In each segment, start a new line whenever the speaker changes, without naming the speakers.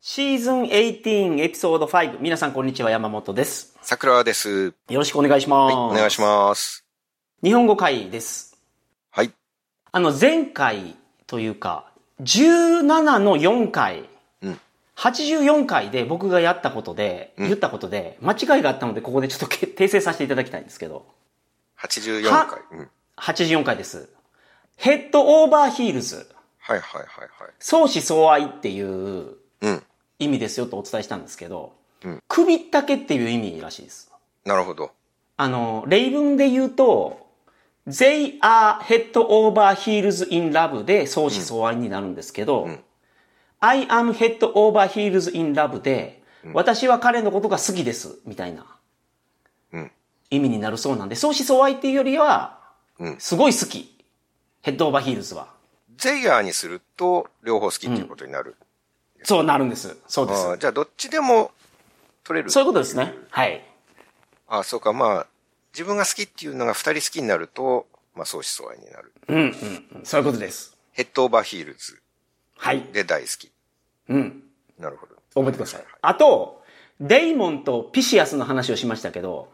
シーズン18エピソード5。皆さんこんにちは、山本です。
桜です。
よろしくお願いします。
はい、お願いします。
日本語会です。
はい。
あの、前回というか、17の4回、
うん
84回で僕がやったことで、
うん
言ったことで、間違いがあったので、ここでちょっとけ訂正させていただきたいんですけど、
84
は
回。うん。
84回です。ヘッドオーバーヒールズ、
はいはいはいはい。
相思相愛っていう
うん。
意味ですよとお伝えしたんですけど、
うん
首ったけっていう意味らしいです。
なるほど。
あの、例文で言うと、they are head over heels in love で相思相愛になるんですけど、
んうん
I am head over heels in love で、私は彼のことが好きです、みたいな
うん。
意味になるそうなんで、相思相愛っていうよりは、
うん
すごい好き。ヘッドオーバーヒールズは。
ゼイヤーにすると、両方好きっていうことになる。
そうなるんです。そうで
ああ
す。
じゃあ、どっちでも取れる。
そういうことですね。はい。
ああそうか。まあ、自分が好きっていうのが二人好きになると、まあ、相思相愛になる。
うん、うん。そういうことです。
ヘッドオーバーヒールズ
はい。
で大好き。
うん。
なるほど。
覚えてください。あと、デイモンとピシアスの話をしましたけど、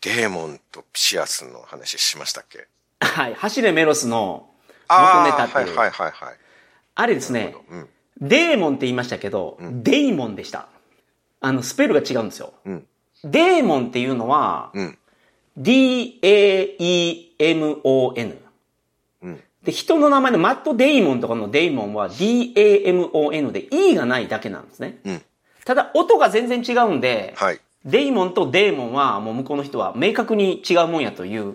デーモンとピシアスの話しましたっけ
はい。走れメロスの元ネ
あ
タ
あ、
って
はい
いう。
はいはいはい。
あれですね、
うん。
デーモンって言いましたけど、デイモンでした。あの、スペルが違うんですよ。
うん。
デーモンっていうのは、
うん。
D-A-E-M-O-N。
うん。
で、人の名前のマット・デイモンとかのデイモンは D-A-M-O-N で E がないだけなんですね。
うん。
ただ、音が全然違うんで、
はい。
デイモンとデーモンはもう向こうの人は明確に違うもんやという、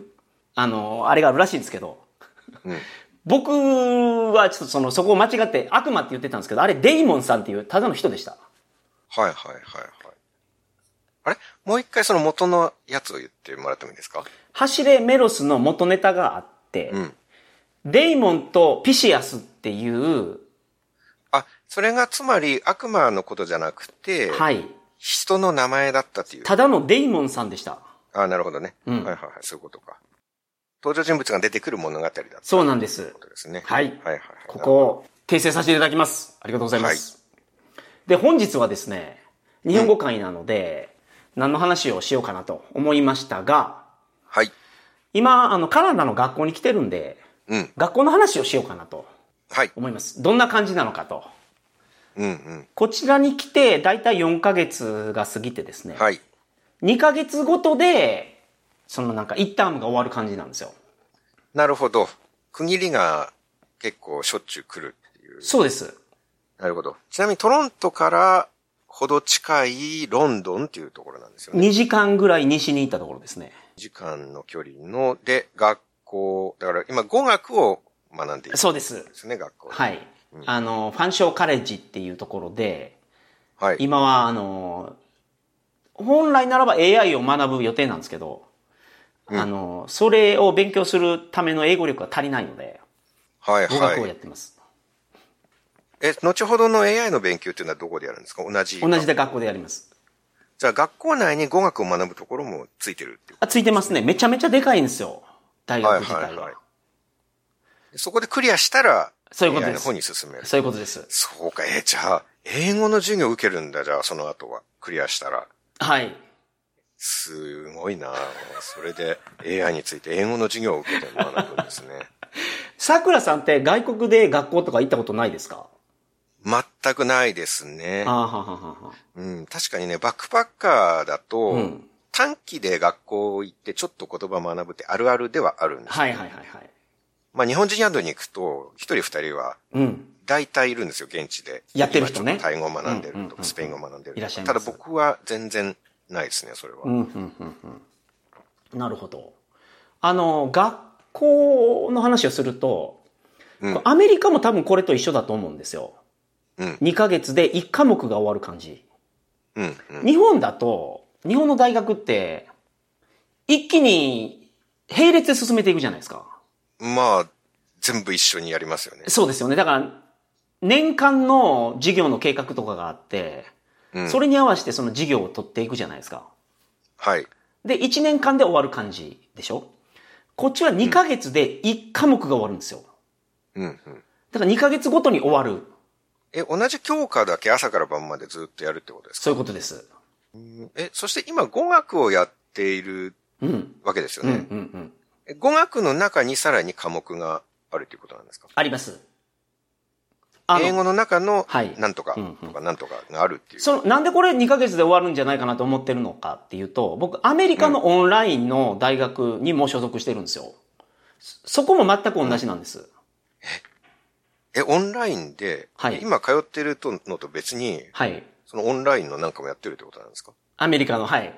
あの、あれがあるらしいんですけど、
うん。
僕はちょっとその、そこを間違って悪魔って言ってたんですけど、あれデイモンさんっていうただの人でした。
はいはいはいはい。あれもう一回その元のやつを言ってもらってもいいですか
走れメロスの元ネタがあって、
うん。
デイモンとピシアスっていう、
あ、それがつまり悪魔のことじゃなくて、
はい、
人の名前だったっていう。
ただのデイモンさんでした。
あ、なるほどね。
うん
はいはいはい、そういうことか。登場人物が出てくる物語だったってこ
そうなんです。
とですね。
はい
はいはいはい。
ここを訂正させていただきます。ありがとうございます。で、本日はですね、日本語会なので、何の話をしようかなと思いましたが、
はい。
今、あの、カナダの学校に来てるんで、
うん。
学校の話をしようかなと
はい。
思います。どんな感じなのかと。
うんうん。
こちらに来て、だいたい4ヶ月が過ぎてですね、
はい。
2ヶ月ごとで、そのなんか1タームが終わる感じなんですよ。
なるほど。区切りが結構しょっちゅう来るっていう。
そうです。
なるほど。ちなみにトロントからほど近いロンドンっていうところなんですよね。
2時間ぐらい西に行ったところですね。
時間の距離の、で、学校、だから今語学を学んでいるん
そうです。
ですね、学校で。
はい。あの、ファンショーカレッジっていうところで、
はい。
今は、あの、本来ならば AI を学ぶ予定なんですけど、あの、それを勉強するための英語力が足りないので、
はい、
語学を
は
やっ
い。
てます。
え、後ほどの AI の勉強っていうのはどこでやるんですか同じ。
同じで学校でやります。
じゃあ学校内に語学を学ぶところもついてるっていうこ
あ、ついてますね。めちゃめちゃでかいんですよ。大
と。は
学
い、
自体は。
はい、はい。そこでクリアしたら、
そういうこと
AI
で
の
す
方に進める。
そういうことです。
そうか、えーじゃあ、英語の授業を受けるんだ、じゃあ、その後は。クリアしたら。
はい。
すごいなそれで AI について英語の授業を受けて学ぶんですね。
桜さんって外国で学校とか行ったことないですか
全くないですね
あ。あはははは。
うん、確かにね、バックパッカーだと、
うん
短期で学校行ってちょっと言葉学ぶってあるあるではあるんです。
はいはいはいはい。
まあ日本人宿に行くと、一人二人は
うん。
大体いるんですよ、現地で。
やってる人ね
今ちょっとタイ語を学んでる
うんうん
と
うんう
か、
ん
スペイン語を学んでる
い
と
らっ
か
しゃいます
ただ僕は全然ないですね、それは。
うん、うん、うん、うん。なるほど。あの、学校の話をすると、
うん
アメリカも多分これと一緒だと思うんですよ。
うん、
2ヶ月で1科目が終わる感じ。
うん、うん。
日本だと、日本の大学って、一気に並列で進めていくじゃないですか。
まあ、全部一緒にやりますよね。
そうですよね。だから、年間の授業の計画とかがあって、
うん
それに合わせてその授業を取っていくじゃないですか。
はい。
で、1年間で終わる感じでしょこっちは2ヶ月で1科目が終わるんですよ。
うん、うん。
だから2ヶ月ごとに終わる。
え、同じ教科だけ朝から晩までずっとやるってことですか
そういうことです。
え、そして今語学をやっている
うん。
わけですよ
うん、う
ね。
ん、うん。
え語学の中にさらに科目があるということなんですか
あります。あ
英
の、
語の中の
はい
なんとか
うんう
とかなんとかがあるっていう。
その、なんでこれ2ヶ月で終わるんじゃないかなと思ってるのかっていうと、僕、アメリカのオンラインの大学にも所属してるんですよ。そそこも全く同じなんです。
え、オンラインで、
はい
今通ってるとのと別に、
はい。
そのオンラインのなんかもやってるってことなんですか
アメリカの、はい。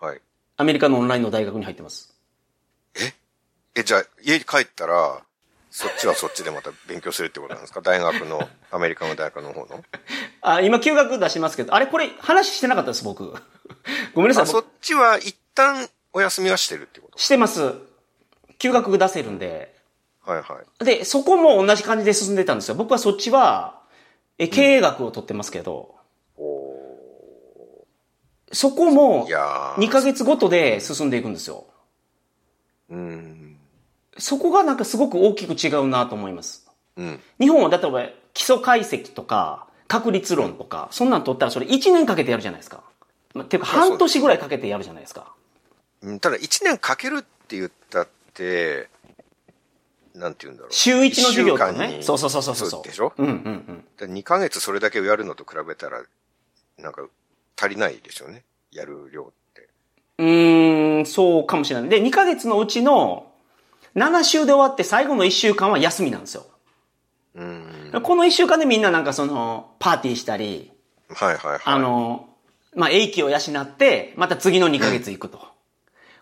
はい。
アメリカのオンラインの大学に入ってます。
え、じゃあ家に帰ったら、そっちはそっちでまた勉強するってことなんですか 大学の、アメリカの大学の方の。
あ、今休学出しますけど、あれこれ話してなかったです、僕。ごめんなさ
あ
い。
そっちは一旦お休みはしてるってこ
してます。休学出せるんで。
とはいはい。
で、そこも同じ感じで進んでたんですよ。僕はそっちは、え、経営学を取ってますけど、そこも
い、やー。
2ヶ月ごとで進んでいくんですよ。
うん。
そこがなんかすごく大きく違うなと思います。
うん。
日本は例えば基礎解析とか、確率論とか、そんなん取ったらそれ1年かけてやるじゃないですか。まあ、ていうか
そうそう
半年ぐらいかけてやるじゃないですか。
うんただ一年かけるって言ったって、なんて言うんだろう。
週1の授業とか
一週間
ね。
に
そうそうそうそうそう。
そうでしょ
うんうんうん。
だ2ヶ月それだけをやるのと比べたら、なんか足りないですよね。やる量って。
うーん、そうかもしれない。で、2ヶ月のうちの7週で終わって最後の1週間は休みなんですよ。
うん。
この1週間でみんななんかその、パーティーしたり、
はいはいはい。
あの、まあ、英気を養って、また次の2ヶ月行くと。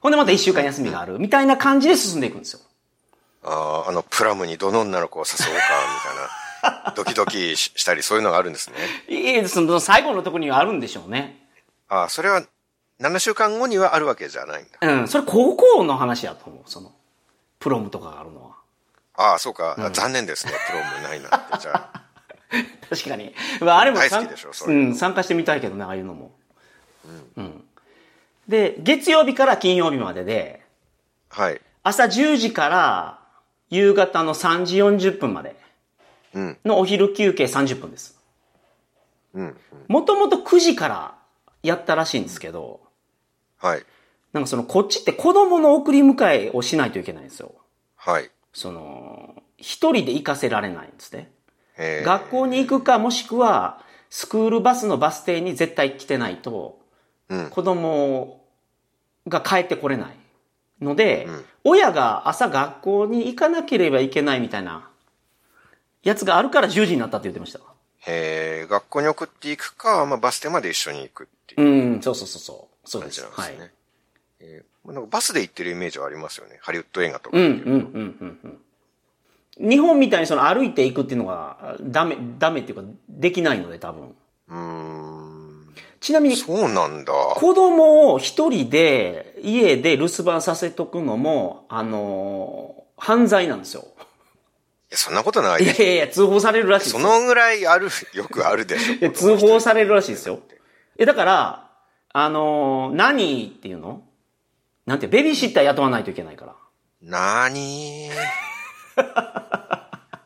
ほんでまた1週間休みがある、みたいな感じで進んでいくんですよ。
あーあの、プラムにどの女の子を誘おうか、み たいな。ドキドキししたり、そういうのがあるんですね。
いいその最後のとこにはあるんでしょうね。
ああ、それは、7週間後にはあるわけじゃないんだ。
うん、それ高校の話やと思う、その、プロムとかがあるのは。
ああ、そうか、あ残念ですね。プロムないなんて。じゃあ、
確かに。まあ、あれも
大好き
参
でしょそう
う、
いうん
参加してみたいけどね、ああいうのも。うん。で、月曜日から金曜日までで、
はい。
朝10時から夕方の3時40分まで
うん、
のお昼休憩30分です。
うん、
もともと9時からやったらしいんですけど、
はい、
なんかそのこっちって子供の送り迎えをしないといけないんですよ。
はい。
その、一人で行かせられないんですね。
えー
学校に行くかもしくはスクールバスのバス停に絶対来てないと
うん
子供が帰ってこれないので、
ん
親が朝学校に行かなければいけないみたいなやつがあるから10時になったって言ってました
えー学校に送っていくか、まあ、バス停まで一緒に行くっていう
うんそうそうそうそうそう
感
です
じなんです
は
ね。
い
えーまあなんかバスで行ってるイメージはありますよね。ハリウッド映画とか。
うんうんうんうんうん日本みたいにその歩いていくっていうのがダメダメっていうかできないので多分
うーん。
ちなみに
そうなんだ。
子供を一人で家で留守番させとくのも、あのー犯罪なんですよ。
いや、そんなことない
い。やいやいや、通報されるらしいです
そ
よ。
のぐらいある、よくあるでし
いや
ょ。
通報されるらしいですよ。え、だから、あのー何っていうのなんて、ベビーシッター雇わないといけないから。
なーにー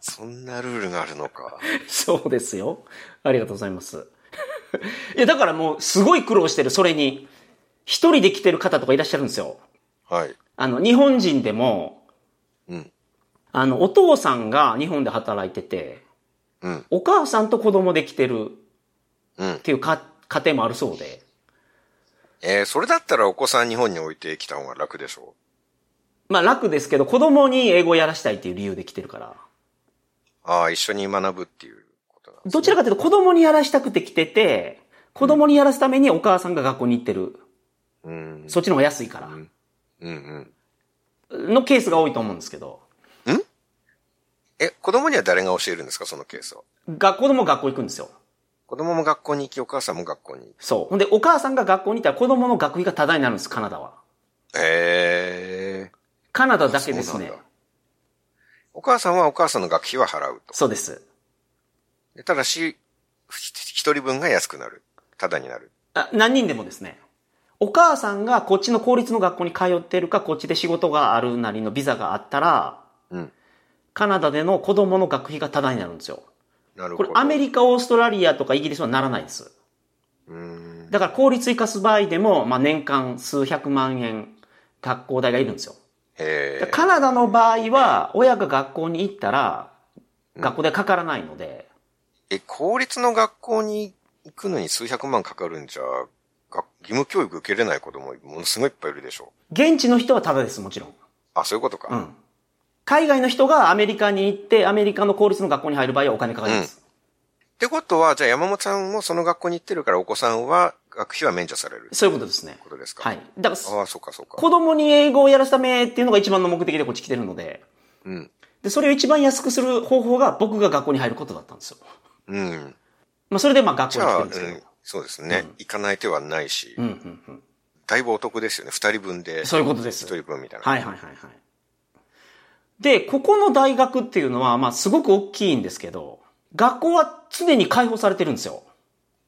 そんなルールがあるのか。
そうですよ。ありがとうございます。 いや、だからもう、すごい苦労してる、それに。一人で来てる方とかいらっしゃるんですよ。
はい。
あの、日本人でも、
うん。
あの、お父さんが日本で働いてて、
うん。
お母さんと子供できてる
うん
っ。ていうか家庭もあるそうで。
えーそれだったらお子さん日本に置いてきた方が楽でしょ
まあ楽ですけど、子供に英語をやらしたいっていう理由で来てるから。
う。ああ、一緒に学ぶっていうことなんです
どちらかというと子供にやらしたくて来てて、子供にやらすためにお母さんが学校に行ってる。
うーん。
そっちの方が安いから。
うんうん。
のケースが多いと思うんですけど。
え、子供には誰が教えるんですかそのケースは。
が、子供学校行くんですよ。
子供も学校に行き、お母さんも学校に行き。
そう。ほんで、お母さんが学校に行ったら子供の学費がタダになるんです、カナダは。
えー
カナダだけです
そうな
ね
んだ。お母さんはお母さんの学費は払うと。
そうです。
でただし、ひ一人分が安くなる。ただになる。
あ何人でもですね。お母さんがこっちの公立の学校に通ってるか、こっちで仕事があるなりのビザがあったら、
うん。
カナダでの子供の学費がタダになるんですよ。
なる
こ
ほ
れ
ど。
アメリカ、オーストラリアとかイギリスはならないです。
うーん。
だから公立生かす場合でも、まあ、年間数百万円学校代がいるんですよ。
へ
だ
え。
からカナダの場合は、親が学校に行ったら、学校でかからないので、
え、公立の学校に行くのに数百万かかるんじゃ、が義務教育受けれない子供ものすごいいっぱいいるでしょ。
現地の人はタダです、もちろん。
あ、そういうこと
う
か。
ん。海外の人がアメリカに行って、アメリカの公立の学校に入る場合はお金かかります。
ってことは、じゃあ山本さんもその学校に行ってるからお子さんは学費は免除されるって
そういうことですね。
ことですか
はい。だから、
ああ、そうかそうか。
子供に英語をやらすためっていうのが一番の目的でこっち来てるので、
うん。
で、それを一番安くする方法が僕が学校に入ることだったんですよ。
うん。
まあ、それでまあ学
じ
校に来
ゃ
て
あ、
る
うん
ですけど
ん、そうですね、行かない手はないし、
うんうんうん。
だいぶお得ですよね。二人分で、
そういうことです。
一人分みたいな。
はいはいはいはい。で、ここの大学っていうのは、まあすごく大きいんですけど、学校は常に開放されてるんですよ。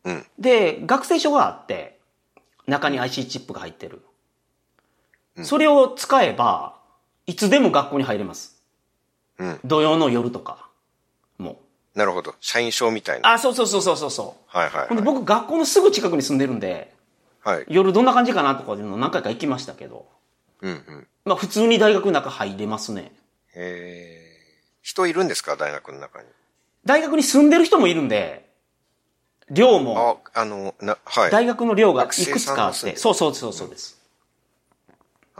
うん。
で、学生証があって、中に IC チップが入ってる。
うん
それを使えば、いつでも学校に入れます。
うん。
土曜の夜とか。もう。
なるほど。社員証みたいな。
あ、そうそうそうそうそうそう。
はいはい、
ほんで
は
僕学校のすぐ近くに住んでるんで、
い。はい。
夜どんな感じかなとかいうの何回か行きましたけど、
うんうん。
まあ普通に大学の中入れますね。
えー、人いるんですか大学の中に。
大学に住んでる人もいるんで、寮も、
あ、あの、な、はい。
大学の寮がい
学
く
生
つ
さん
かあ
が
って、
住んでる
そうそうそうそうです。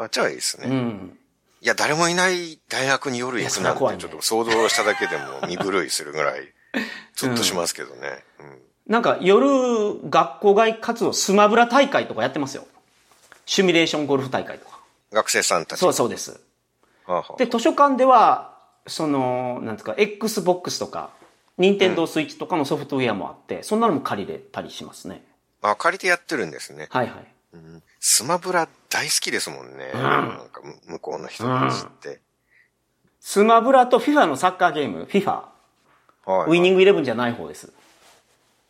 あ、じゃあいいです
う
ね。
ん。
いや、誰もいない大学に夜行く
いやそれ
な
は怖い
ん
ね
て、ちょっと想像しただけでも身震いするぐらい、ゾッとしますけどね。うん。
なんか夜、学校外活動、スマブラ大会とかやってますよ。シミュレーションゴルフ大会とか。
学生さんたち。
そうそうです。
はあはあ
で、図書館では、その、なんですか、Xbox とか、任天堂スイッチとかのソフトウェアもあって、そんなのも借りれたりしますね。
あ、借りてやってるんですね。
はいはい。
うんスマブラ大好きですもんね。なんかむ向こうの人たちって。
スマブラと FIFA のサッカーゲーム、FIFA、
はい
ウイニングイレブンじゃない方です。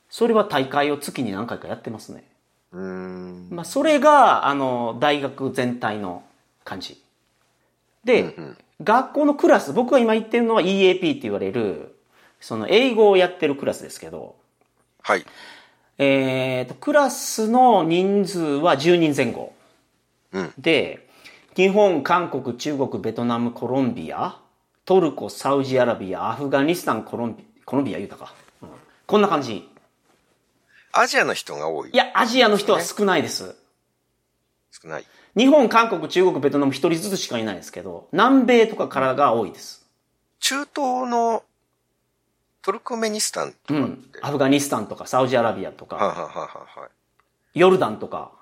それは大会を月に何回かやってますね。
うーん。
まあ、それが、あの、大学全体の感じ。で、学校のクラス、僕が今言ってるのは EAP って言われる、その英語をやってるクラスですけど、
はい。
えっ、と、クラスの人数は10人前後。
うん
で、日本、韓国、中国、ベトナム、コロンビア、トルコ、サウジアラビア、アフガニスタン、コロンビ、コロンビア言うたか。うんこんな感じ。
アジアの人が多い
い。や、アジアの人は少ないです。
少ない。
日本、韓国、中国、ベトナム一人ずつしかいないですけど、南米とかからが多いです。
中東のトルクメニスタンと
う
かっ
ん
て。。
アフガニスタンとか、サウジアラビアと
はあ、
か、
はあはあはあ
ヨルダンとか。
は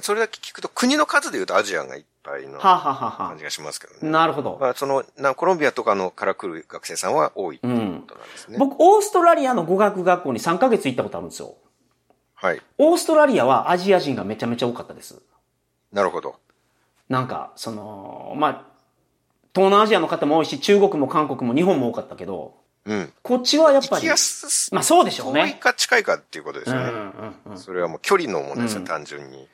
い。それだけ聞くと国の数で言うとアジアがいっぱい
は
の
あ、
感
はあはあは
じがしますけど
あ、
ね。
なるほど。
まあ、そのなコロンビアとかのから来る学生さんは多いっていうことなんですね。
僕、オーストラリアの語学学校に3ヶ月行ったことあるんですよ。
はい。
オーストラリアはアジア人がめちゃめちゃ多かったです。
なるほど。
なんか、その、まあ、東南アジアの方も多いし、中国も韓国も日本も多かったけど、
うん。
こっちはやっぱ
行き
り
や、す、
まあそうでしょう
遠い
ね。
か近いかっていうことです
うん
よ
うん
ね。
うん。で
それはもう距離の問題ですよ、単純に。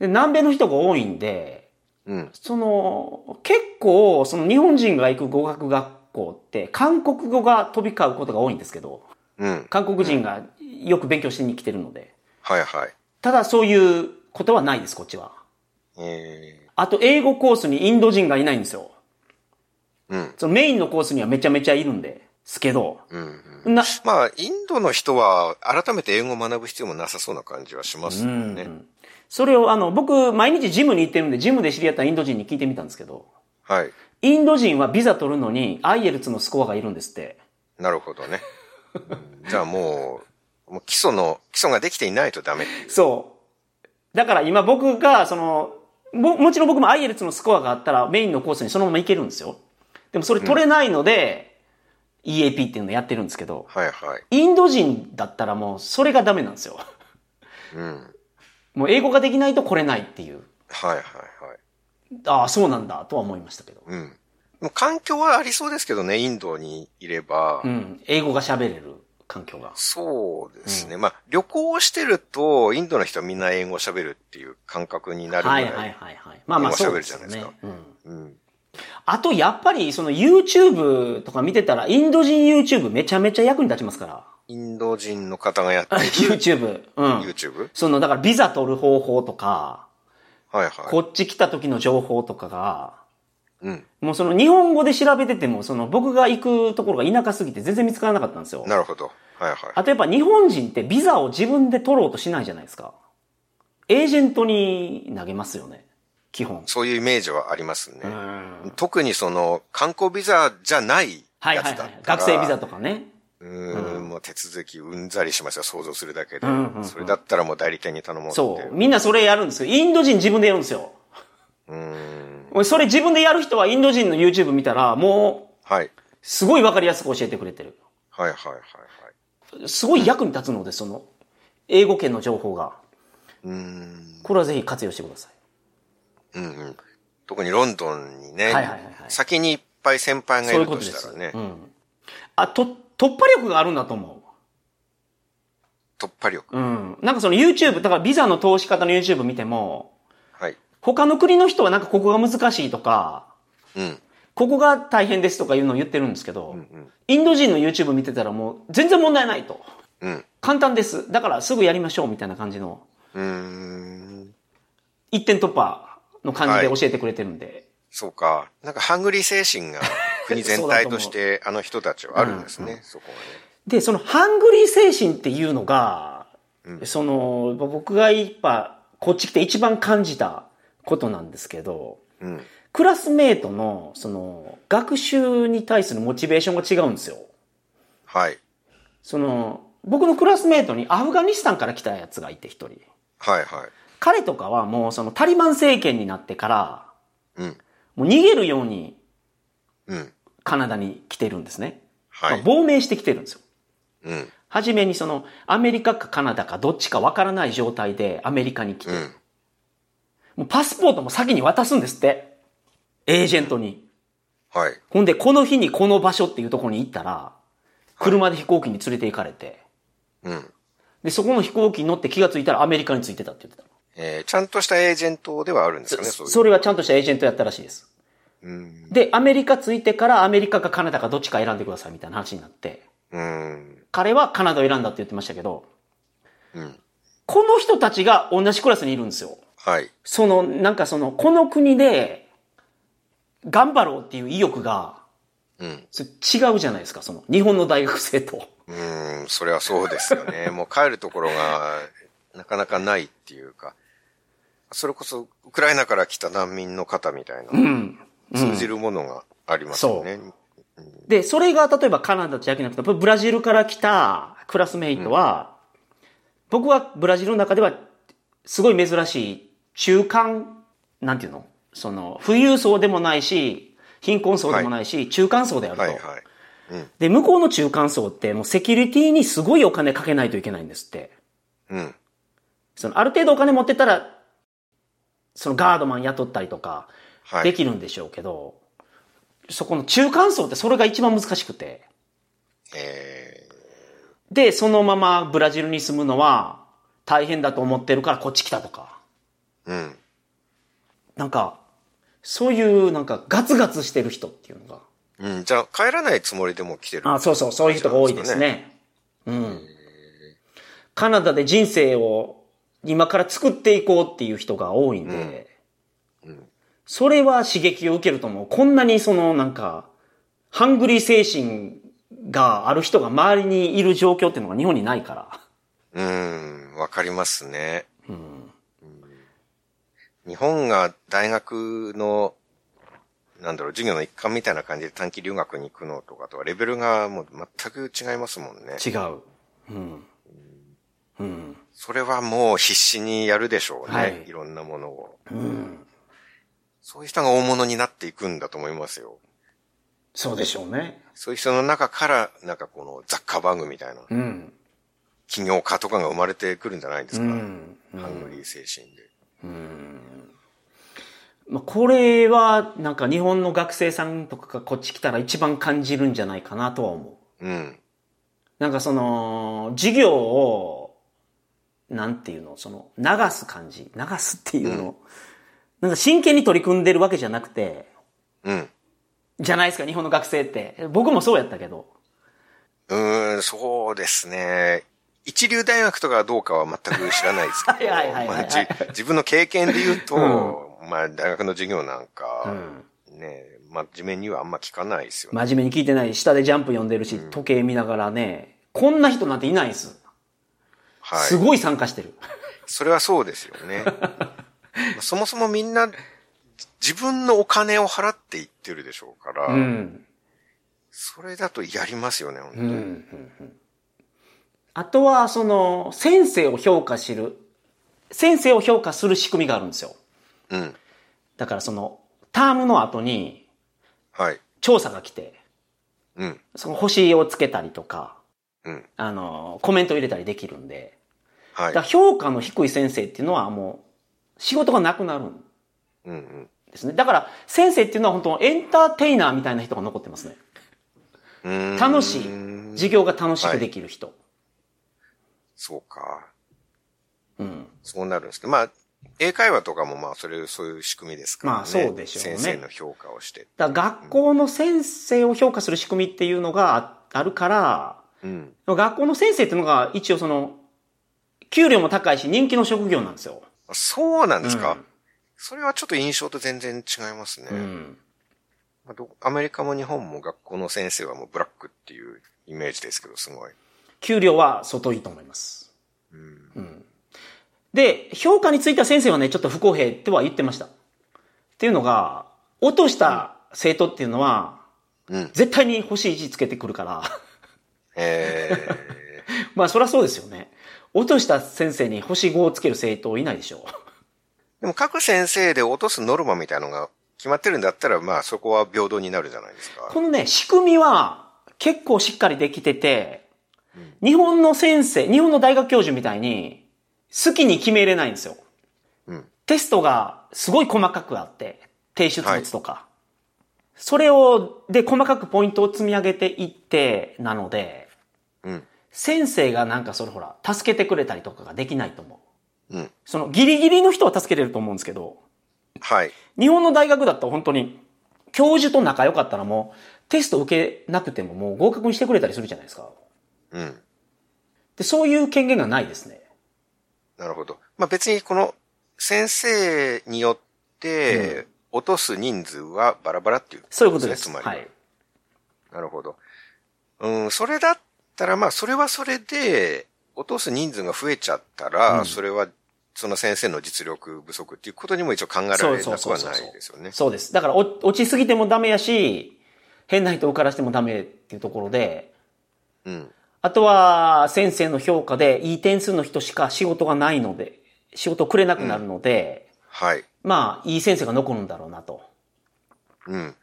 南米の人が多いんで、
うん。
その、結構、その日本人が行く語学学校って、韓国語が飛び交うことが多いんですけど、
うん。
韓国人がよく勉強しに来てるので、
はいはい。
ただそういうことはないです、こっちは。
え
あと、英語コースにインド人がいないんですよ。
ー、うん。
そのメインのコースにはめちゃめちゃいるんですけど、
うんうん。
な、
まあ、インドの人は、改めて英語を学ぶ必要もなさそうな感じはしますよね。
それをあの、僕、毎日ジムに行ってるんで、ジムで知り合ったインド人に聞いてみたんですけど、
はい。
インド人はビザ取るのに、アイエルツのスコアがいるんですって。
なるほどね。 じゃあもう、もう基礎の、基礎ができていないとダメ。
そう。だから今僕が、その、も、もちろん僕もアイエルツのスコアがあったら、メインのコースにそのまま行けるんですよ。でもそれ取れないので、EAP っていうのやってるんですけど、
はいはい。
インド人だったらもう、それがダメなんですよ。
うん。
もう英語ができないと来れないっていう。
はいはいはい。
ああ、そうなんだ、とは思いましたけど。
うん。もう環境はありそうですけどね、インドにいれば。
うん。英語が喋れる環境が。
そうですね。まあ、旅行をしてると、インドの人はみんな英語を喋るっていう感覚になるぐ
は
ら
い
い。
はいはいはい。まあまあ
英語
そ
喋
うで
る
す
じゃ
よ
ないです
ね
か。
うん
うん。
あと、やっぱり、その YouTube とか見てたら、インド人 YouTube めちゃめちゃ役に立ちます から。
インド人の方がやってる
YouTube。うん。
YouTube?
その、だからビザ取る方法とか、
はいはい。
こっち来た時の情報とかが、
うん。
もうその日本語で調べてても、その僕が行くところが田舎すぎて全然見つからなかったんですよ。
なるほど。はいはい。
あとやっぱ日本人ってビザを自分で取ろうとしないじゃないですか。エージェントに投げますよね。基本。
そういうイメージはありますね。
うん
特にその、観光ビザじゃない
はい
や
はい
つだ
は
っ
い。
たら
学生ビザとかね。
うーん、もう手続きうんざりしました、想像するだけで
うんうんうん。
それだったらもう代理店に頼もうって
そ。
いう
みんなそれやるんですけど、インド人自分でやるんですよ。
う。うーん。
俺それ自分でやる人はインド人の YouTube 見たら、も
はい。
う、すごいわかりやすく教えてくれてる。
はいはいはいはい。
すごい役に立つので、その、英語圏の情報が。
うーん。
これはぜひ活用してください。
うんうん。特にロンドンにね
はいはいはいは、い
先にいっぱい先輩がい
そういう
る
こと
と
で
し
す。
たらね
う、ん。あ、と、突破力があるんだと思
突破力。
う。うん。なんかその YouTube、だからビザの投資方の YouTube 見ても、
はい。
他の国の人はなんかここが難しいとか、
うん。
ここが大変ですとかいうのを言ってるんですけど、
うん
インド人の YouTube 見てたらもう全然問題ないと。
うん。
簡単です。だからすぐやりましょうみたいな感じの、
うーん。
一点突破の感じで教えてくれてるんで。
そうか。なんかハングリー精神 が国全体としてあの人たちはあるんですね、そこはね。
で、そのハングリー精神っていうのが、その、僕がやっぱ、こっち来て一番感じたことなんですけど、
うん。
クラスメートの、その、学習に対するモチベーションが違うんですよ。
はい。
その、僕のクラスメートにアフガニスタンから来たやつがいて一人。
はいはい。
彼とかはもうそのタリバン政権になってから、
うん。
もう逃げるように
うん。
カナダに来てるんですね。
はい。
亡命してきてるんですよ。
うん。
はじめにその、アメリカかカナダかどっちかわからない状態でアメリカに来て、
うん。
もうパスポートも先に渡すんですって。エージェントに。
はい。
ほんで、この日にこの場所っていうところに行ったら、車で飛行機に連れて行かれて、
うん。
で、そこの飛行機に乗って気がついたらアメリカに着いてたって言ってた。
えー、ちゃんとしたエージェントではあるんですかね、
そ
そういう。
それはちゃんとしたエージェントやったらしいです。
うん。
で、アメリカ着いてからアメリカかカナダかどっちか選んでくださいみたいな話になって、
うん。
彼はカナダを選んだって言ってましたけど、
うん。
この人たちが同じクラスにいるんですよ。
はい。
その、なんかその、この国で、頑張ろうっていう意欲が、
うん。
それ違うじゃないですか、その、日本の大学生と。
うん。それはそうです よね。もう帰るところが、なかなかないっていうか。それこそ、ウクライナから来た難民の方みたいな、
うん。
通じるものがありますよね。
で、それが例えばカナダだけじゃなくて、ブラジルから来たクラスメイトは、僕はブラジルの中では、すごい珍しい、中間、なんていうのその、富裕層でもないし、貧困層でもないし、中間層であると。
はいはい。
で、向こうの中間層って、もうセキュリティにすごいお金かけないといけないんですって。
うん。
その、ある程度お金持ってたら、そのガードマン雇ったりとか、
はい。
できるんでしょうけど、そこの中間層ってそれが一番難しくて。
え
で、そのままブラジルに住むのは大変だと思ってるからこっち来たとか。
ー、うん。
なんか、そういうなんかガツガツしてる人っていうのが。
うん、じゃあ、帰らないつもりでも来てる。
あそうそう、そういう人が多いですね。うん。カナダで人生を今から作っていこうっていう人が多いんで、それは刺激を受けると思う。こんなにそのなんか、ハングリー精神がある人が周りにいる状況っていうのが日本にないから。
うん、わかりますね。うん日本が大学の、なんだろう、授業の一環みたいな感じで短期留学に行くのとかとはレベルがもう全く違いますもんね。
違う。うん。うん。
それはもう必死にやるでしょうね。
はいい、
ろんなものを。
うん。
そういう人が大物になっていくんだと思いますよ。
そうでしょうね。
そういう人の中から、なんかこの雑貨バグみたいな、
うん。
企業家とかが生まれてくるんじゃないです
う
か。
ん。
ハングリー精神で。
まあ、これは、なんか日本の学生さんとかがこっち来たら一番感じるんじゃないかなとは思う。
うん。
なんかその、授業を、なんていうの、その、流す感じ。流すっていうの。なんか真剣に取り組んでるわけじゃなくて、
うん。
じゃないですか、日本の学生って。僕もそうやったけど。
うーん、そうですね。一流大学とかはどうかは全く知らないですけ ど、
はいはいはいはい
まあ、じ自分の経験で言うと、まあ大学の授業なん
う
か、
ん。
ね、まあ地面にはあんま聞かないですよね。
真面目に聞いてない、下でジャンプ読んでるし、時計見ながらね、こんな人なんていないです。
はい。
すごい参加してる。
それはそうですよ ね。まあそもそもみんな、じ自分のお金を払っていってるでしょうから、
うん。
それだとやりますよね、本当
うん。う
に
んうんあとは、その、先生を評価する、先生を評価する仕組みがあるんですよ。
うん。
だからその、タームの後に
はい。
調査が来て、
うん。
その星をつけたりとか、
うん。
あの、コメントを入れたりできるんで、
は
だから
い。
評価の低い先生っていうのはもう、仕事がなくなるん
うんうん。
ですね。だから、先生っていうのは本当エンターテイナーみたいな人が残ってますね。
うーん
楽しい。授業が楽しくできる人。
そうか。
うん。
そうなるんですけど、まあ、英会話とかもまあ、それ、そういう仕組みですからね。
まあそうでしょうね
先生の評価をして。
だから学校の先生を評価する仕組みっていうのがああるから、
うん。
学校の先生っていうのが一応その、給料も高いし人気の職業なんですよ。
あそうなんですか、
うん
それはちょっと印象と全然違いますね。
うん。
まあどアメリカも日本も学校の先生はもうブラックっていうイメージですけど、すごい。
給料は相当いいと思います。
うん。
で、評価については先生はね、ちょっと不公平とは言ってました。っていうのが、落とした生徒っていうのは、
うん。
絶対に星1つけてくるから、
え
まあそりゃそうですよね。落とした先生に星5をつける生徒いないでしょ
ー、でも各先生で落とすノルマみたいなのが決まってるんだったら、まあそこは平等になるじゃないです
う。
か。
このね、仕組みは結構しっかりできてて、日本の先生、日本の大学教授みたいに、好きに決めれないんですよ。
うん。
テストがすごい細かくあって、提出物とか。それを、で、細かくポイントを積み上げていって、なので、
うん。
先生がなんかそれほら、助けてくれたりとかができないと思う。
うん。
その、ギリギリの人は助けれると思うんですけど、
はい。
日本の大学だったら本当に、教授と仲良かったらもう、テスト受けなくてももう合格にしてくれたりするじゃないですか。
うん。
で、そういう権限がないですね。
なるほど。まあ別にこの先生によって落とす人数はバラバラっていう、
そういうことです。
つまり
は
は、
い。
なるほど。うん、それだったらまあそれはそれで落とす人数が増えちゃったら、
うん
それはその先生の実力不足っていうことにも一応考えら
そう
れ
そう
なく
そう
は
そう
ないですよね。
そうです。だからお落ちすぎてもダメやし、変な人を受からしてもダメっていうところで、
うん。
あとは先生の評価でいい点数の人しか仕事がないので、仕事をくれなくなるので、
はい。
まあ、いい先生が残るんだろうなと。
うん。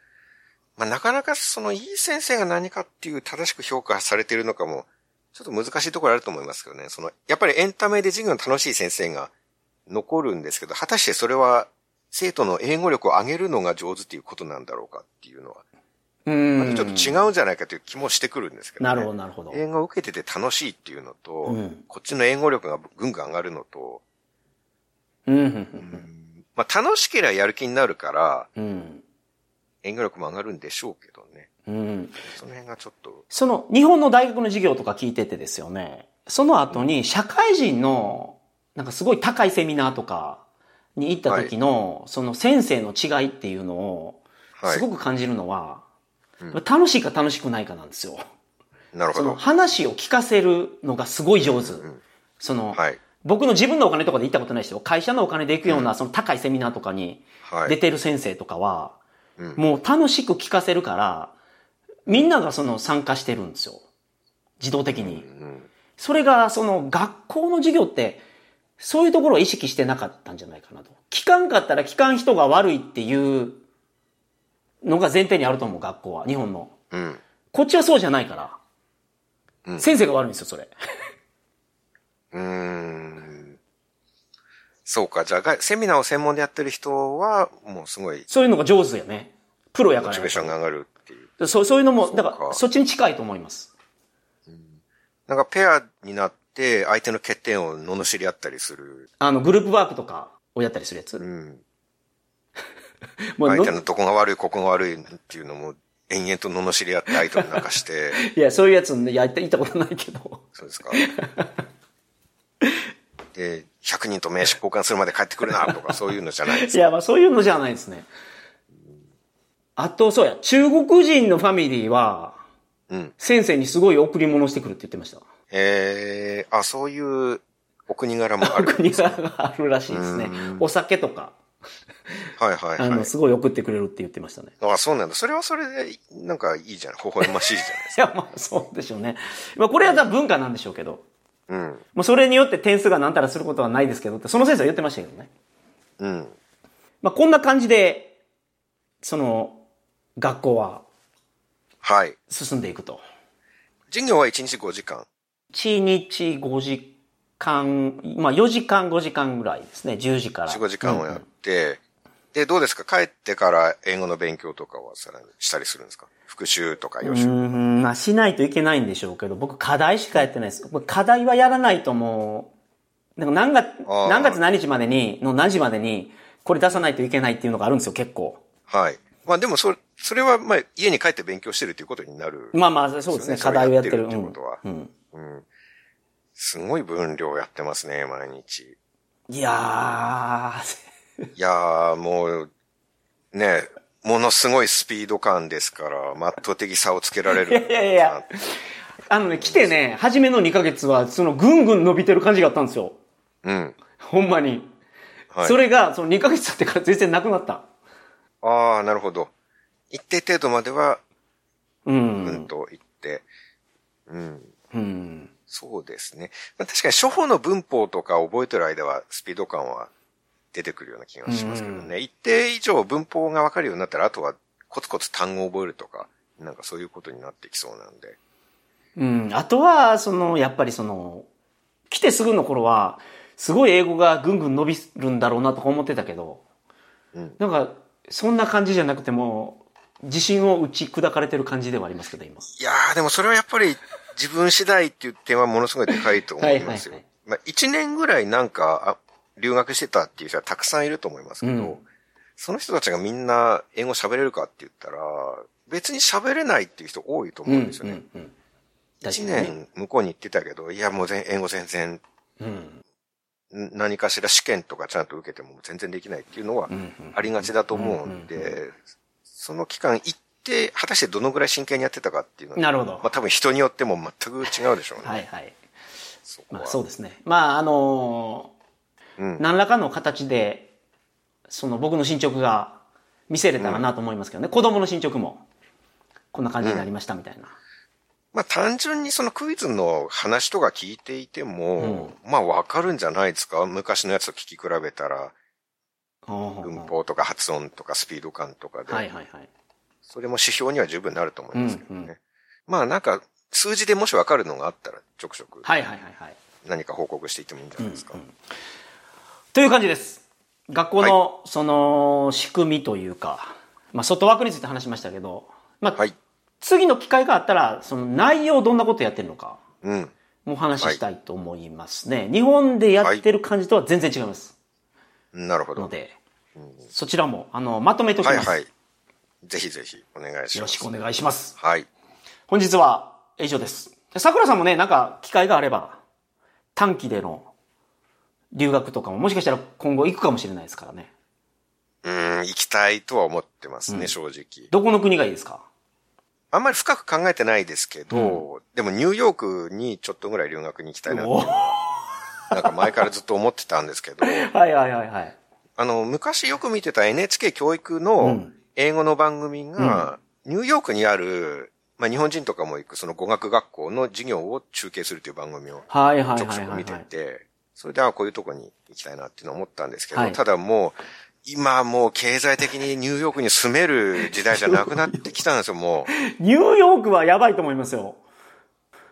まあなかなかそのいい先生が何かっていう正しく評価されているのかも、ちょっと難しいところあると思いますけどね。その、やっぱりエンタメで授業の楽しい先生が残るんですけど、果たしてそれは生徒の英語力を上げるのが上手っていうことなんだろうかっていうのは、
う
ま
ん。
たちょっと違うんじゃないかという気もしてくるんですけど、ね。
なるほど、なるほど。
英語を受けてて楽しいっていうのと、
うん
こっちの英語力がぐんぐん上がるのと、
うん、うん、
まあ楽しければやる気になるから、
うんうん。
英語力も上がるんでしょうけどね。
うん。
その辺がちょっと、
その、日本の大学の授業とか聞いててですよね。その後に、社会人の、なんかすごい高いセミナーとかに行った時の、その先生の違いっていうのを、
はい。
すごく感じるのは、
うん
楽しいか楽しくないかなんですよ。
なるほ
その
ど。
話を聞かせるのがすごい上手。
ん
その、
はい。
僕の自分のお金とかで行ったことないですよ。会社のお金で行くような、その高いセミナーとかに
は
出
い。
てる先生とかは、
うん
もう楽しく聞かせるから、みんながその参加してるんですよ。自動的に。
うん
それが、その学校の授業って、そういうところを意識してなかったんじゃないかなと。聞かんかったら聞かん人が悪いっていうのが前提にあると思う、学校は。日本の。
うん。
こっちはそうじゃないから。
うん
先生が悪いんですよ、それ。
うーん。そうか。じゃあ、がセミナーを専門でやってる人は、もうすごい、
そういうのが上手やね。プロやか
モ
ら
チベーションが上がるっていう。
そうそういうのも、
そう
だ
か
から、そっちに近いと思います。
なんか、ペアになって、相手の欠点を罵り合ったりする。
あの、グループワークとかをやったりするやつ。
うん。
もう
相
の
手のどこが悪い、ここが悪いっていうのも、延々と罵り合ってアイドルなんかして、
いや、そういうやつね、やった、行ったことないけ ど。
そうですか。で、100人と名刺交換するまで帰ってくるな、とかそういうのじゃないです。
いや、まあそういうのじゃないですね。あと、そうや、中国人のファミリーは、
うん。
先生にすごい贈り物してくるって言ってました。
えー、あ、そういうお国柄も ある。
国柄があるらしいですね
うん。
お酒とか、
はいはい
あ
は
の、
い。
すごい送ってくれるって言ってましたね。
あそうなんだ。それはそれで、なんかいいじゃん。微笑ましいじゃないです
いや、まあそうでしょうね。まあこれは多分文化なんでしょうけど、
か。
もうそれによって点数が何たらすることはないですけどって、その先生は言ってましたけどね。
うん。うん。
まあこんな感じで、その、学校は
はい。
進んでいくと。
授業は1日5時間。
1日5時間、まあ4時間5時間ぐらいですね。10時から。
4、5時間をや
う
っ
ん
て、で、どうですか帰ってから英語の勉強とかはさらにしたりするんですか復習とか予
う
習。
ん、まあしないといけないんでしょうけど、僕課題しかやってないです。僕課題はやらないともう、なんか何月、
あー
何月何日までに、の何時までに、これ出さないといけないっていうのがあるんですよ、結構。
はい。まあでもそれ、それは、まあ家に帰って勉強してるということになる。
まあまあ、そうですね、課題をやってる。
それやってるってことは
うんうん
うん。すごい分量やってますね、毎日。
いやー、
いやー、もう、ね、ものすごいスピード感ですから、圧倒的差をつけられる。
いやいやいやあのね、来てね、初めの2ヶ月は、そのぐんぐん伸びてる感じがあったんですよ。
うん。
ほんまに。
はい
そ。れが、その2ヶ月経ってから全然なくなった。
ああ、なるほど。一定程度までは、
う
うん
ん。
と言って、うん。
うん。
そうですね。まあ確かに初歩の文法とか覚えてる間はスピード感は出てくるような気がしますけどね。一定以上文法がわかるようになったら、あとはコツコツ単語を覚えるとか、なんかそういうことになってきそうなんで。
うん。あとは、その、やっぱりその、来てすぐの頃は、すごい英語がぐんぐん伸びるんだろうなとか思ってたけど、
うん
なんか、そんな感じじゃなくても、自信を打ち砕かれてる感じではありますけど、今。
いやー、でもそれはやっぱり自分次第っていう点はものすごいでかいと思いますよ。
はいは
まあ一年ぐらいなんか、あ留学してたっていう人はたくさんいると思いますけど、
うん
その人たちがみんな英語喋れるかって言ったら、別に喋れないっていう人多いと思うんですよね。
うん。うん
一。年向こうに行ってたけど、いやもう全英語全然、ん
うん。
何かしら試験とかちゃんと受けても全然できないっていうのは
うんうん
ありがちだと思うん
うんう
で、その期間行って、果たしてどのぐらい真剣にやってたかっていうのは、
なるほど
まあ多分人によっても全く違うでしょうね。
はいはい。
そこ
ま
は。
あそうですね。まああの
うん
ー何らかの形で、その僕の進捗が見せれたらなと思いますけどね。子供の進捗も、こんな感じになりましたみたいな。
まあ単純にそのクイズの話とか聞いていても、まあわかるんじゃないですか昔のやつと聞き比べたら、
おー
文法とか発音とかスピード感とかで。
はいはいはい。
それも指標には十分なると思いますけどね。
うんうん
まあなんか、数字でもし分かるのがあったら、ちょくちょく
はいはいはいはい。
何か報告していってもいいんじゃないですか。
という感じです。学校の、その、仕組みというか、まあ外枠について話しましたけど、まあ、
はい。
次の機会があったら、その内容どんなことやってるのか、
う
も
ん。
うお話ししたいと思いますね。日本でやってる感じとは全然違います。
なるほ
の
ど。
で、そちらも、あの、まとめておきま
は
す。
いはい。ぜひぜひお願いします。
よろしくお願いします。
はい。
本日は以上です。桜さんもね、なんか機会があれば、短期での留学とかももしかしたら今後行くかもしれないですからね。
うん、行きたいとは思ってますね、正直。
どこの国がいいですか
あんまり深く考えてないですけど、でもニューヨークにちょっとぐらい留学に行きたいなっていうの
お
は、なんか前からずっと思ってたんで すけど、
はいはいはいはい。
あの、昔よく見てた NHK 教育
う
の
ん
英語の番組が、ニューヨークにある、まあ、日本人とかも行くその語学学校の授業を中継するという番組を
はいはい
ちょく
は
ちょ
い
く
は
見
い、
て
はい
い。て、それで、あこういうとこに行きたいなっていうのを思ったんですけど、
はい
ただもう、今もう経済的にニューヨークに住める時代じゃなくなってきたんですよ、も
ニューヨークはやばいと思いますよ。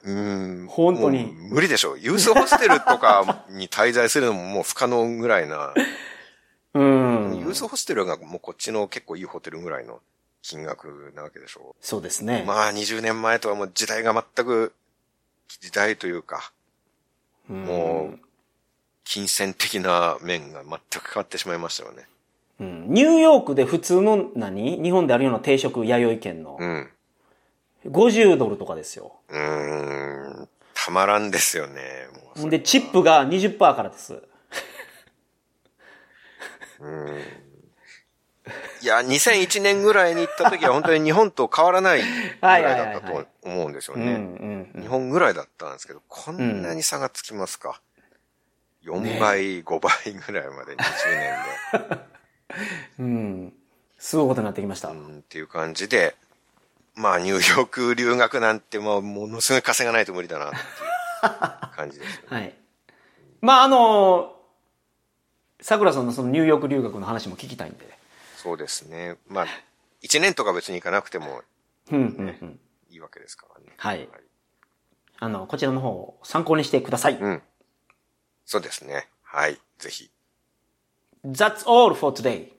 う。うん。
本当に
もう無理でしょう。ユースホステルとかに滞在するのももう不可能ぐらいな。
う
ユー
ん。
スホステルがもうこっちの結構いいホテルぐらいの金額なわけでしょ
そうですね。
う。まあ20年前とはもう時代が全く、時代というか、
うん
もう、金銭的な面が全く変わってしまいましたよね。
うん。ニューヨークで普通の何日本であるような定食弥生県の
うん。
50ドルとかですよ。
うーん。たまらんですよね。もうそれ
で、チップが20%からです。
いや、2001年ぐらいに行った時は本当に日本と変わらないぐらいだった
はいはいはいは
と
い
思うんですよ
うん
ね。
うんう
日
ん。
本ぐらいだったんですけど、こんなに差がつきますか。4倍、5倍ぐらいまで20年
うん。すごいことになってきました。
で。うん、っていう感じで、まあニューヨーク留学なんて、まあものすごい稼がないと無理だなっていう感じですよ ね。
はい。まあ、あの、桜さんのそのニューヨーク留学の話も聞きたいんで。
そうですね。まあ、1年とか別に行かなくても
うんうんうん。
いいわけですからね。
はいあの、こちらの方を参考にしてください。
うん。そうですね。はい。ぜひ。
That's all for today.